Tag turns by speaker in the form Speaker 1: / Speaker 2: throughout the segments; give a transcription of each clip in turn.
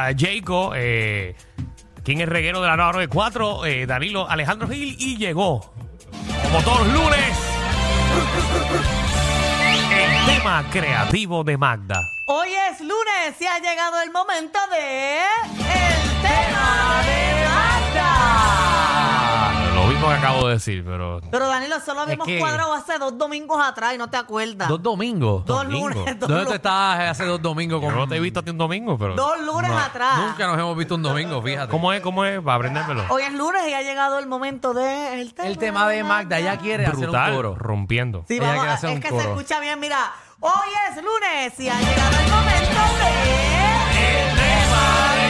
Speaker 1: a Jaco, eh, quien es reguero de la 994, eh, Danilo Alejandro Gil, y llegó, como todos los lunes, el tema creativo de Magda.
Speaker 2: Hoy es lunes y ha llegado el momento de el tema de Magda.
Speaker 1: Lo mismo que acabo de decir, pero...
Speaker 2: Pero Danilo, solo habíamos
Speaker 3: que-
Speaker 2: cuadrado hace dos domingos atrás y no te acuerdas.
Speaker 3: ¿Dos domingos?
Speaker 2: Dos lunes, dos
Speaker 3: ¿Dónde
Speaker 2: lunes.
Speaker 3: te estabas hace dos domingos?
Speaker 1: Yo
Speaker 3: Con...
Speaker 1: no te he visto hasta un domingo, pero...
Speaker 2: Dos lunes atrás.
Speaker 3: Nunca nos hemos visto un domingo, fíjate.
Speaker 1: ¿Cómo es? ¿Cómo es? Para aprendérmelo.
Speaker 2: Hoy es lunes y ha llegado el momento de el tema,
Speaker 3: El tema de Magda, ella quiere hacer
Speaker 1: Brutal,
Speaker 3: un coro.
Speaker 1: rompiendo.
Speaker 2: Sí,
Speaker 3: ella
Speaker 2: vamos
Speaker 3: quiere
Speaker 2: a-
Speaker 3: hacer
Speaker 2: es
Speaker 3: un
Speaker 2: que se
Speaker 3: coro.
Speaker 2: escucha bien, mira. Hoy es lunes y ha llegado el momento de el tema de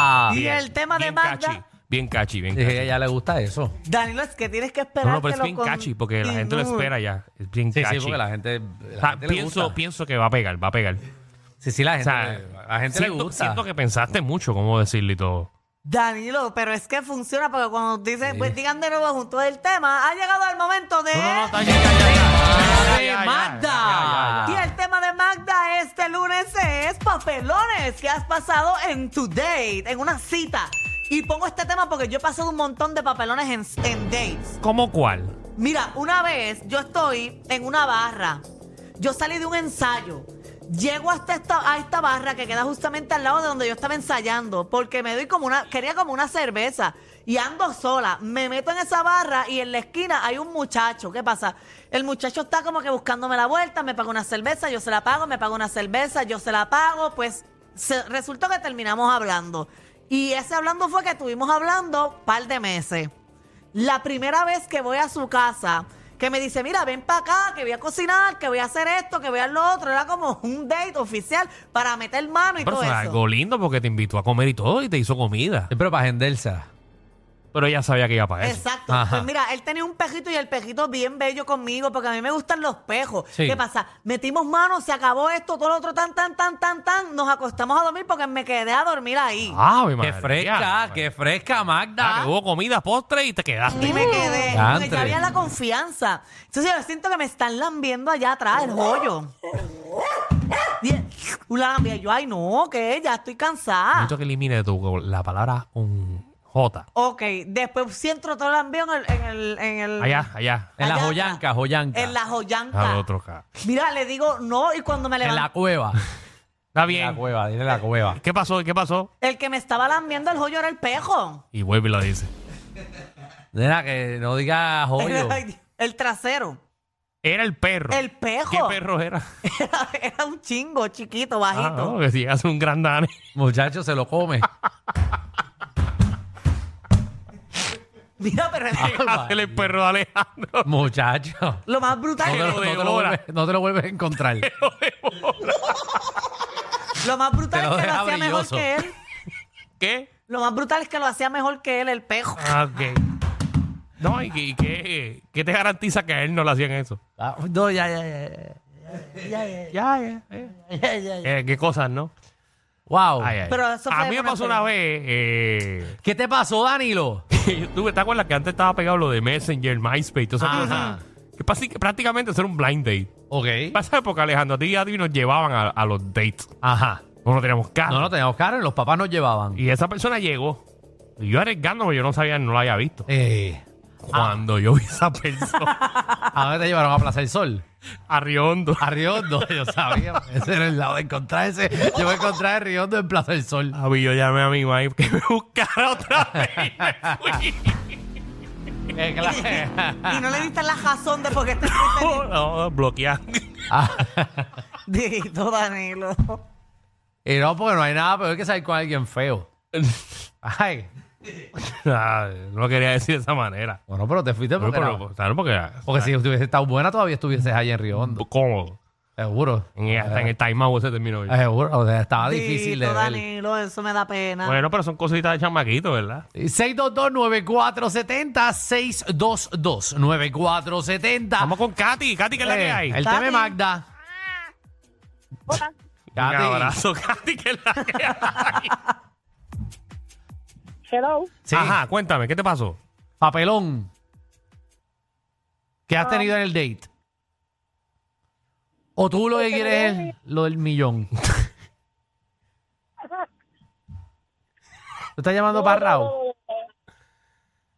Speaker 3: Ah,
Speaker 2: Y el tema de
Speaker 1: bien
Speaker 2: Magda.
Speaker 1: Cachi, bien cachi, bien
Speaker 3: dije,
Speaker 1: cachi.
Speaker 3: a ella le gusta eso.
Speaker 2: Danilo, es que tienes que esperar
Speaker 1: No, no, pero
Speaker 2: que
Speaker 1: es
Speaker 2: lo
Speaker 1: bien cachi, porque la gente lo
Speaker 2: continúe.
Speaker 1: espera ya. Es bien
Speaker 3: Sí,
Speaker 1: catchy.
Speaker 3: sí, porque la gente,
Speaker 1: O
Speaker 3: la
Speaker 1: sea,
Speaker 3: gente le
Speaker 1: pienso,
Speaker 3: gusta.
Speaker 1: pienso que va a pegar, va a pegar.
Speaker 3: Sí, sí, la
Speaker 1: O
Speaker 3: gente,
Speaker 1: sea,
Speaker 3: a la gente
Speaker 1: siento-
Speaker 3: le gusta.
Speaker 1: Siento que pensaste mucho cómo decirle y todo.
Speaker 2: Danilo, pero es que funciona porque cuando dicen, pues digan de nuevo junto del tema, ha llegado el momento de.
Speaker 1: está ya, ya, ya,
Speaker 3: Ah,
Speaker 1: ya, ya, ya, ya,
Speaker 3: Magda.
Speaker 1: ya, ya,
Speaker 2: Y
Speaker 1: ya.
Speaker 2: el tema de Magda este lunes es papelones que has pasado en tu date, en una cita. Y pongo este tema porque yo he pasado un montón de papelones en, en dates.
Speaker 1: ¿Cómo cuál?
Speaker 2: Mira, una vez yo estoy en una barra. Yo salí de un ensayo. Llego hasta esta, a esta barra que queda justamente al lado de donde yo estaba ensayando, porque me doy como una, quería como una cerveza y ando sola. Me meto en esa barra y en la esquina hay un muchacho. ¿Qué pasa? El muchacho está como que buscándome la vuelta, me paga una cerveza, yo se la pago, me paga una cerveza, yo se la pago. Pues se- resultó que terminamos hablando. Y ese hablando fue que estuvimos hablando par de meses. La primera vez que voy a su casa, que me dice, mira, ven para acá, que voy a cocinar, que voy a hacer esto, que voy a hacer lo otro. Era como un date oficial para meter mano y
Speaker 1: Pero
Speaker 2: todo
Speaker 1: eso
Speaker 2: eso.
Speaker 1: es algo lindo porque te invitó a comer y todo y te hizo comida.
Speaker 3: Sí, Pero para agendarse.
Speaker 1: Pero ella sabía que iba para eso.
Speaker 2: Exacto.
Speaker 3: Ajá.
Speaker 2: Pues mira, él tenía un pejito y el pejito bien bello conmigo, porque a mí me gustan los pejos.
Speaker 3: Sí.
Speaker 2: ¿Qué pasa? Metimos manos, se acabó esto, todo lo otro, tan, tan, tan, tan, tan. Nos acostamos a dormir porque me quedé a dormir ahí.
Speaker 1: Ah, mi
Speaker 3: ¡Qué
Speaker 1: madre.
Speaker 3: fresca, qué fresca,
Speaker 1: Ah,
Speaker 3: Magda!
Speaker 1: que hubo comida, postre y te quedaste.
Speaker 2: Y me quedé, porque
Speaker 3: Diantre.
Speaker 2: ya había la confianza. Entonces yo siento que me están lambiendo allá atrás el joyo. Y la lambia, yo, ay no, que ya estoy cansada.
Speaker 1: Mucho que elimine de tu la palabra un J.
Speaker 2: Ok, después siento otro lambio en el... En el, en el-
Speaker 1: Allá, allá.
Speaker 3: En la
Speaker 2: allá
Speaker 3: joyanca,
Speaker 2: atrás.
Speaker 3: joyanca.
Speaker 2: En la joyanca.
Speaker 1: Al otro K.
Speaker 2: Mira, le digo no y cuando me
Speaker 3: En la
Speaker 2: levanto...
Speaker 3: cueva.
Speaker 1: Está
Speaker 3: En la
Speaker 1: bien.
Speaker 3: cueva, dile la cueva.
Speaker 1: ¿Qué pasó? ¿Qué pasó?
Speaker 2: El que me estaba lambiendo el joyo era el pejo.
Speaker 1: Y vuelve y lo dice.
Speaker 3: Mira, que no digas joyo.
Speaker 2: el trasero.
Speaker 1: Era el perro.
Speaker 2: El pejo.
Speaker 1: ¿Qué perro era?
Speaker 2: Era, era un chingo, chiquito,
Speaker 1: Ah,
Speaker 2: bajito.
Speaker 1: no, que si hace un gran dane.
Speaker 3: Muchacho, se lo come.
Speaker 2: Mira, pero...
Speaker 3: Ah.
Speaker 1: Hace el perro de Alejandro.
Speaker 3: Muchacho.
Speaker 2: Lo más brutal
Speaker 3: No te,
Speaker 2: es
Speaker 1: Lo
Speaker 3: lo, no te lo
Speaker 1: devora.
Speaker 3: vuelves, no te lo vuelves a encontrar.
Speaker 2: Lo más brutal
Speaker 3: Te lo
Speaker 2: es que lo
Speaker 3: deja
Speaker 2: hacía mejor
Speaker 3: brilloso.
Speaker 2: que él.
Speaker 1: ¿Qué?
Speaker 2: Lo más brutal es que lo hacía mejor que él, el pejo.
Speaker 1: Ah, ok. No, ¿y qué, y qué, qué te garantiza que a él no le hacían eso?
Speaker 3: Ah, no, ya, ya, ya, ya,
Speaker 1: Ya, ya, Oh. eh. Eh, ¿Qué cosas, no?
Speaker 3: Wow.
Speaker 1: Ay, ay.
Speaker 2: Pero eso fue
Speaker 1: a mí me
Speaker 2: una
Speaker 1: pasó una vez... Eh,
Speaker 3: ¿Qué te pasó, Danilo?
Speaker 1: yo tuve- ¿Te acuerdas que antes estaba pegado lo de Messenger, MySpace, todas esas
Speaker 3: Ajá.
Speaker 1: cosas? Que pasi- que prácticamente eso era un blind date.
Speaker 3: Ok.
Speaker 1: Para esa época, Alejandro, a ti y a ti nos llevaban a, a los dates.
Speaker 3: Ajá.
Speaker 1: No, no teníamos carro.
Speaker 3: No, no teníamos carro Ah. y los papás nos llevaban.
Speaker 1: Y esa persona llegó. Y yo arriesgándome, yo no sabía, no la había visto.
Speaker 3: Eh,
Speaker 1: Ah. Cuando yo vi esa persona
Speaker 3: ¿A dónde te llevaron? ¿A Plaza del Sol?
Speaker 1: a Riondo.
Speaker 3: A Riondo, yo sabía. Ese era el lado de encontrarse. Yo me encontré a Riondo en Plaza del Sol.
Speaker 1: Ah, pues yo llamé a mi mamá que me buscara otra vez. y me fui.
Speaker 3: Eh, claro.
Speaker 2: Y no le diste la razón de por qué te fuiste
Speaker 1: No, no, bloquear.
Speaker 3: Ah,
Speaker 2: Dito, Danilo.
Speaker 3: y no, porque no hay nada peor que salir con alguien feo. Ay.
Speaker 1: Ah, no lo quería decir de esa manera.
Speaker 3: Bueno, pero ah. te fuiste
Speaker 1: Pero,
Speaker 3: porque,
Speaker 1: pero,
Speaker 3: era-
Speaker 1: claro, porque,
Speaker 3: porque si hubiese estado buena todavía estuvieses ahí en Riondo.
Speaker 1: cómodo.
Speaker 3: Seguro.
Speaker 1: En- hasta en el timeout se terminó. yo.
Speaker 3: Seguro. O sea, estaba difícil
Speaker 2: Dito,
Speaker 3: de ver.
Speaker 2: Danilo, eso me da pena.
Speaker 1: Bueno, pero son cositas de chamaquito,
Speaker 3: Ah.
Speaker 1: ¿verdad?
Speaker 3: 622-9470, 622-9470.
Speaker 1: Vamos con Katy. Katy, ¿qué es la que
Speaker 3: Eh,
Speaker 1: hay?
Speaker 3: El
Speaker 2: Katy.
Speaker 3: tema de Magda.
Speaker 1: Un
Speaker 3: Katy.
Speaker 1: abrazo, Katy, ¿qué es la que hay?
Speaker 4: Hello.
Speaker 3: Sí.
Speaker 1: Ajá, cuéntame, ¿qué te pasó?
Speaker 3: Papelón. ¿Qué
Speaker 4: Ah.
Speaker 3: has tenido en el date? O tú lo que quieres es lo del millón. ¿Tú estás llamando
Speaker 4: No,
Speaker 3: para
Speaker 4: no,
Speaker 3: Raúl?
Speaker 4: no, no.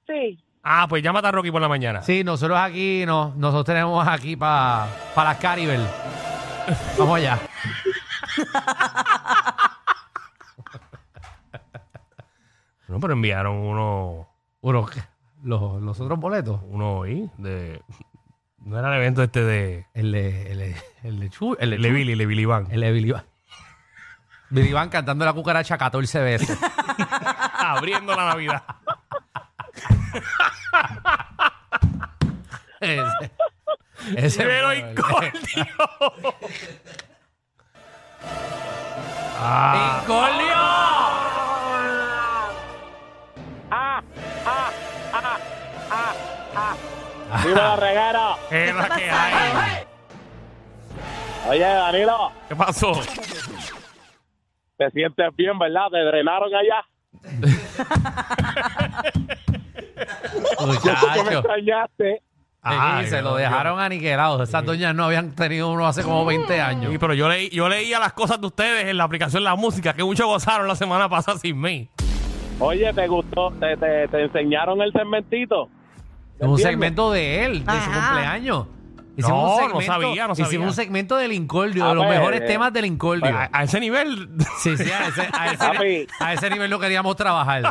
Speaker 4: Sí.
Speaker 1: Ah, pues llámate a Rocky por la mañana.
Speaker 3: Sí, nosotros aquí, no, nosotros tenemos aquí para las Caribel. Vamos allá.
Speaker 1: No, pero enviaron uno,
Speaker 3: Uno, los, los otros boletos.
Speaker 1: uno hoy de... No era el evento este de...
Speaker 3: El de, el de, el de Chu- el de
Speaker 1: El de Billy, el de Billy Van.
Speaker 3: El de Billy Van. Billy Van cantando la cucaracha 14 veces.
Speaker 1: Abriendo la Navidad.
Speaker 3: ese, ese
Speaker 1: Pero
Speaker 3: fue el-
Speaker 1: incordio.
Speaker 4: Ah, ah, ah, ah, ah. Viva la reguera.
Speaker 1: Es la que hay.
Speaker 4: Oye, Danilo,
Speaker 1: ¿Qué pasó?
Speaker 4: te sientes bien, ¿verdad? Te drenaron allá. Yo sé que me
Speaker 3: Muchacho.
Speaker 4: extrañaste.
Speaker 1: Ah,
Speaker 3: Sí, se
Speaker 1: yo-
Speaker 3: lo dejaron aniquilado. Esas doñas no habían tenido uno hace como 20 años.
Speaker 1: Sí, pero yo, leí, yo leía las cosas de ustedes en la aplicación La Música, que mucho gozaron la semana pasada sin mí.
Speaker 4: Oye, ¿te gustó? ¿Te, te, te enseñaron el segmentito?
Speaker 3: Un
Speaker 4: Entiendo.
Speaker 3: segmento de él, de su
Speaker 2: Ajá.
Speaker 3: cumpleaños.
Speaker 1: No,
Speaker 3: un
Speaker 1: no
Speaker 3: segmento-
Speaker 1: sabía, no sabía.
Speaker 3: Hicimos un segmento del Incordio,
Speaker 4: A
Speaker 3: de los
Speaker 4: ver,
Speaker 3: mejores
Speaker 4: eh,
Speaker 3: temas del Incordio.
Speaker 1: A, a ese nivel.
Speaker 3: Sí, sí, a ese, a ese-
Speaker 4: Papi.
Speaker 3: a ese nivel lo queríamos trabajar.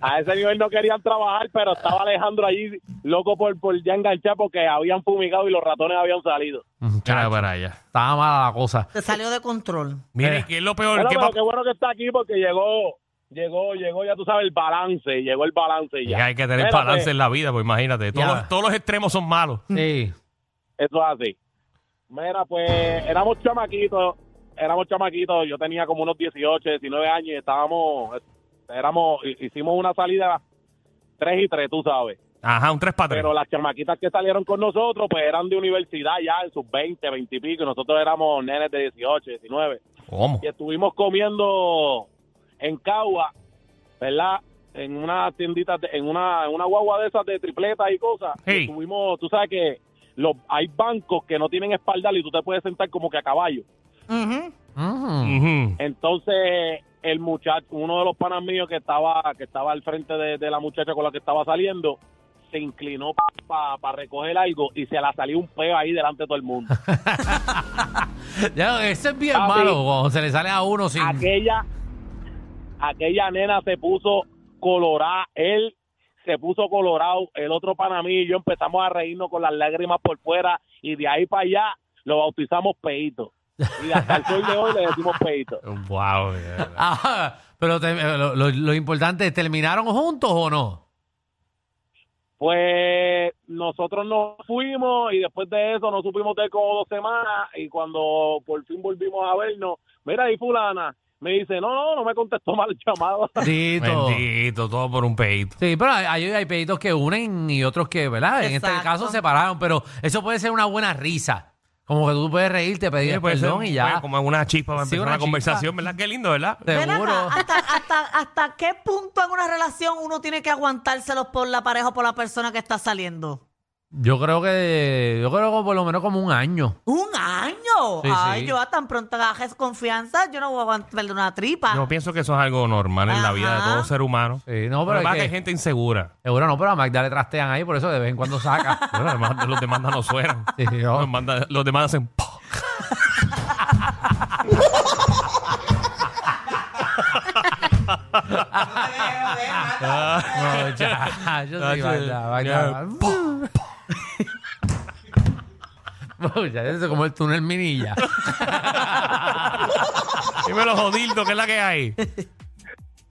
Speaker 4: A ese nivel no querían trabajar, pero estaba Alejandro allí loco por, por ya enganchar porque habían fumigado y los ratones habían salido.
Speaker 1: Cara para allá.
Speaker 3: Estaba mala la cosa.
Speaker 2: Se salió de control.
Speaker 1: Mire,
Speaker 3: Eh.
Speaker 1: que es lo peor.
Speaker 4: Bueno,
Speaker 1: ¿Qué
Speaker 4: pero
Speaker 1: pa-
Speaker 4: qué bueno que está aquí porque llegó, llegó, llegó, ya tú sabes, el balance, llegó el balance ya.
Speaker 1: Ya hay que tener
Speaker 4: Pero,
Speaker 1: balance
Speaker 4: pues,
Speaker 1: en la vida, pues imagínate. Todos,
Speaker 3: Ya.
Speaker 1: todos los extremos son malos.
Speaker 3: Sí.
Speaker 4: Eso es así. Mira, pues éramos chamaquitos, éramos chamaquitos, yo tenía como unos 18, 19 años y estábamos, éramos, hi- hicimos una salida 3 y 3, tú sabes.
Speaker 1: Ajá, un 3 para 3.
Speaker 4: Pero las chamaquitas que salieron con nosotros, pues eran de universidad ya, en sus 20, 20 y pico, y nosotros éramos nenes de 18, 19
Speaker 1: ¿Cómo?
Speaker 4: y estuvimos comiendo en Cagua, ¿verdad? En una tiendita, de- en una, en una guagua de esas de tripletas y cosas. Y
Speaker 1: Hey.
Speaker 4: estuvimos, tú sabes que los, hay bancos que no tienen espaldar y tú te puedes sentar como que a caballo.
Speaker 2: Ujú.
Speaker 3: Mm.
Speaker 1: Ujú.
Speaker 4: Entonces, el muchacho, uno de los panas míos que estaba, que estaba al frente de, de la muchacha con la que estaba saliendo, se inclinó para recoger algo y se la salió un peo ahí delante de todo el mundo.
Speaker 3: Ya, ese es bien
Speaker 4: Papi.
Speaker 3: malo cuando se le sale a uno sin.
Speaker 4: aquella aquella nena se puso colorada, él se puso colorado, el otro pana mío y yo empezamos a reírnos con las lágrimas por fuera y de ahí para allá lo bautizamos Peito. Y hasta el sol de hoy le decimos Peito.
Speaker 1: Wow. de verdad.
Speaker 3: Ajá, Ah, pero te- lo, lo- lo importante es, ¿terminaron juntos o no?
Speaker 4: Pues nosotros nos fuimos y después de eso nos supimos de él como dos semanas y cuando por fin volvimos a vernos, mira ahí fulana, me dice, no, no, no me contestó mal el llamado.
Speaker 3: Tito.
Speaker 1: Bendito, todo por un peito.
Speaker 3: Sí, pero hay, hay- hay peditos que unen y otros que, ¿verdad? En este
Speaker 2: Exacto.
Speaker 3: caso separaron, pero eso puede ser una buena risa. Como que tú puedes reírte, pedir
Speaker 1: Sí, puede ser,
Speaker 3: perdón y ya.
Speaker 1: puede pues, Como una chispa para
Speaker 3: Sí,
Speaker 1: empezar
Speaker 3: una
Speaker 1: una,
Speaker 3: chispa.
Speaker 1: conversación, ¿verdad? Qué lindo, ¿verdad?
Speaker 2: Ven
Speaker 3: Seguro.
Speaker 2: acá, ah. hasta, hasta, ¿Hasta qué punto en una relación uno tiene que aguantárselos por la pareja o por la persona que está saliendo?
Speaker 3: Yo creo que, yo creo que por lo menos como un año.
Speaker 2: ¿Un año?
Speaker 3: Sí,
Speaker 2: Ay,
Speaker 3: sí.
Speaker 2: yo tan pronto agarres confianza, yo no voy a aguantarle una tripa.
Speaker 1: Yo pienso que eso es algo normal en la vida de
Speaker 2: Ah. Ajá.
Speaker 1: todo ser humano.
Speaker 3: Sí, no,
Speaker 1: Pero es
Speaker 3: pero
Speaker 1: que
Speaker 3: es
Speaker 1: hay
Speaker 3: que,
Speaker 1: gente insegura.
Speaker 3: seguro no, pero a Magda le trastean ahí, por eso de vez en cuando saca.
Speaker 1: Bueno, además, los demandas no suenan.
Speaker 3: Sí,
Speaker 1: Los,
Speaker 3: yo-
Speaker 1: manda- los demás hacen. ¡pah!
Speaker 3: No, ya, yo sí,
Speaker 1: Ya,
Speaker 3: Magda,
Speaker 1: ya,
Speaker 3: Magda. Ya, eso es como el túnel Minilla.
Speaker 1: Dímelo, Jodildo, que es la que hay.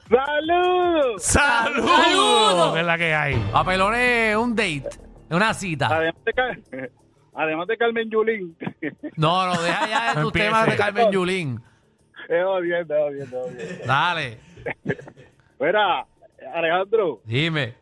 Speaker 4: ¡Saludos!
Speaker 1: ¡Saludos! Que es la que hay.
Speaker 3: Papelones, un date, una cita.
Speaker 5: Además de, Car- además de Carmen Yulín. es
Speaker 3: No, no, deja ya de
Speaker 1: No
Speaker 3: tus temas de
Speaker 1: empieces.
Speaker 3: Carmen Yulín.
Speaker 5: jodiendo, es jodiendo, es jodiendo.
Speaker 3: Dale,
Speaker 5: Mira, Alejandro,
Speaker 3: dime.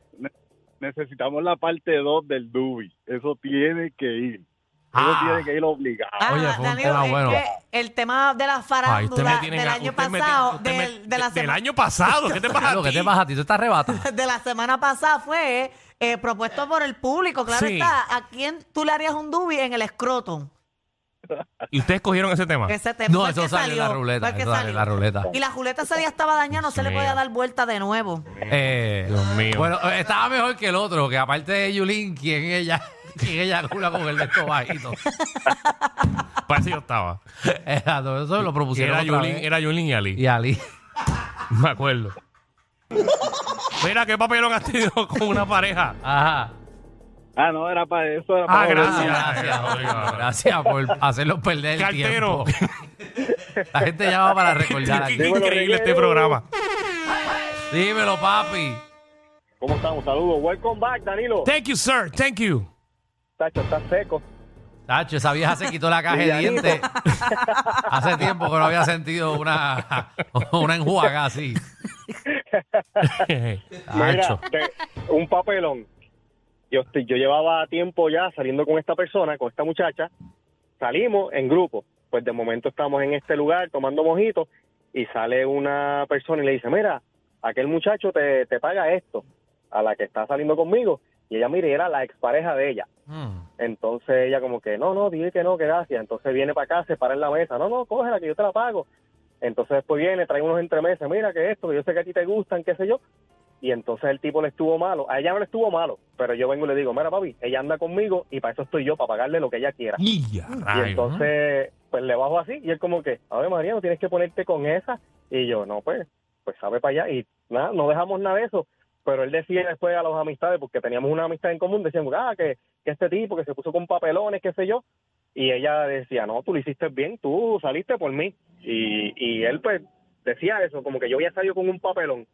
Speaker 5: necesitamos la parte 2 del Dubi. Eso tiene que ir. Eso
Speaker 3: Ah.
Speaker 5: tiene que ir obligado.
Speaker 2: Ah,
Speaker 3: Oye, fue un tema
Speaker 2: es
Speaker 3: bueno. Ah,
Speaker 2: que el tema de la
Speaker 1: Ay, usted
Speaker 2: farándula
Speaker 1: me tiene
Speaker 2: del
Speaker 1: ga-
Speaker 2: año
Speaker 1: usted me
Speaker 2: pasado,
Speaker 1: tiene- usted
Speaker 2: del,
Speaker 1: me-
Speaker 2: de, la
Speaker 1: del
Speaker 2: semana,
Speaker 1: año pasado. ¿Qué te pasa?
Speaker 3: Lo
Speaker 1: a
Speaker 3: que te
Speaker 1: ti?
Speaker 3: pasa a ti, tú estás arrebata.
Speaker 2: de la semana pasada fue eh, propuesto por el público. Claro
Speaker 1: Sí.
Speaker 2: está, ¿a quién tú le harías un dubi en el escroto?
Speaker 1: Y ustedes cogieron ese tema.
Speaker 2: Ese tema
Speaker 3: No,
Speaker 2: fue el
Speaker 3: eso
Speaker 2: Pues que
Speaker 3: salió en la ruleta,
Speaker 2: fue el que
Speaker 3: eso salió en la ruleta.
Speaker 2: Y la ruleta ese día estaba dañada, no se le
Speaker 1: Dios
Speaker 2: podía
Speaker 1: mío.
Speaker 2: dar vuelta de nuevo.
Speaker 3: Eh,
Speaker 1: Dios mío.
Speaker 3: Bueno, eh, estaba mejor que el otro, que aparte de Yulín, quien ella, quien ella cula con el de estos bajitos.
Speaker 1: Para eso yo estaba.
Speaker 3: Era todo eso lo
Speaker 1: Que
Speaker 3: propusieron.
Speaker 1: Era
Speaker 3: otra
Speaker 1: Yulín,
Speaker 3: vez.
Speaker 1: era Yulín y Ali.
Speaker 3: Y Ali.
Speaker 1: Me acuerdo. Mira qué papelón has tenido con una pareja.
Speaker 3: Ajá.
Speaker 4: Ah, no, era para eso. Era
Speaker 1: Ah,
Speaker 4: para
Speaker 1: gracias.
Speaker 3: gracias, Jorge. gracias por hacerlos perder el
Speaker 1: Cartero.
Speaker 3: tiempo. La gente llama para recordar
Speaker 1: Qué
Speaker 3: aquí.
Speaker 1: increíble este programa.
Speaker 3: Dímelo, papi.
Speaker 4: ¿Cómo estamos? Saludos. Welcome back, Danilo.
Speaker 1: Thank you, sir. Thank you.
Speaker 4: Tacho, estás seco.
Speaker 3: Tacho, esa vieja se quitó la caja de dientes. Hace tiempo que no había sentido una, una enjuaga así.
Speaker 4: Mira,
Speaker 3: Tacho.
Speaker 4: te- un papelón. Yo, estoy- yo llevaba tiempo ya saliendo con esta persona, con esta muchacha. Salimos en grupo. Pues de momento estamos en este lugar tomando mojitos y sale una persona y le dice, mira, aquel muchacho te, te paga esto a la que está saliendo conmigo. Y ella, mire, era la expareja de ella.
Speaker 3: Mm.
Speaker 4: Entonces ella como que, no, no, dile que no, que gracias. Entonces viene para acá, se para en la mesa, no, no, cógela, que yo te la pago. Entonces después viene, trae unos entremeses, mira que esto, que yo sé que a ti te gustan, qué sé yo. Y entonces el tipo le estuvo malo, a ella no le estuvo malo, pero yo vengo y le digo, mira papi, ella anda conmigo y para eso estoy yo, para pagarle lo que ella quiera.
Speaker 1: Y ya,
Speaker 4: y
Speaker 1: rayos.
Speaker 4: entonces, pues le bajo así y él como que, a ver María, no tienes que ponerte con esa. Y yo, no, pues, pues sabe para allá. Y nada, no dejamos nada de eso. Pero él decía después a las amistades, porque teníamos una amistad en común, decíamos, ah, que, que este tipo que se puso con papelones, qué sé yo. Y ella decía, no, tú lo hiciste bien, tú saliste por mí. Y, y él pues decía eso, como que yo había salido con un papelón.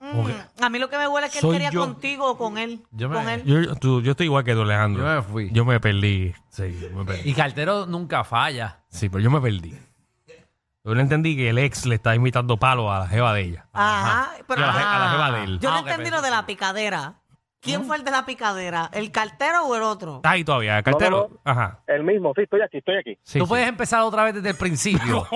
Speaker 2: Mm, a mí lo que me huele es que él
Speaker 1: Soy
Speaker 2: quería
Speaker 1: yo.
Speaker 2: contigo o con él.
Speaker 3: Yo me-
Speaker 2: con él.
Speaker 1: Yo, yo- tú- yo estoy igual que tú, Alejandro.
Speaker 3: Yo me fui.
Speaker 1: Yo me perdí. Sí, yo me perdí.
Speaker 3: Y Cartero nunca falla.
Speaker 1: Sí, pero yo me perdí. Yo le entendí que el ex le está imitando palo a la jeva de ella.
Speaker 2: Ajá, pero
Speaker 1: Yo a la, je- a la jeva de él.
Speaker 2: yo
Speaker 3: Ah,
Speaker 2: no
Speaker 3: ok, ¿Mm?
Speaker 2: entendí
Speaker 3: perfecto.
Speaker 2: lo de la picadera. ¿Quién fue el de la picadera? ¿El cartero o el otro?
Speaker 1: Está ahí todavía, cartero.
Speaker 4: no.
Speaker 1: Ajá.
Speaker 4: Él mismo, sí, estoy aquí, estoy aquí.
Speaker 1: Sí,
Speaker 3: Tú
Speaker 1: sí.
Speaker 3: puedes empezar otra vez desde el principio.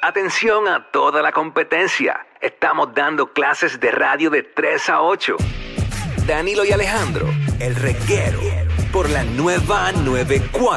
Speaker 6: Atención a toda la competencia. Estamos dando clases de radio de 3 a 8. Danilo y Alejandro, el reguero, por la nueva 94.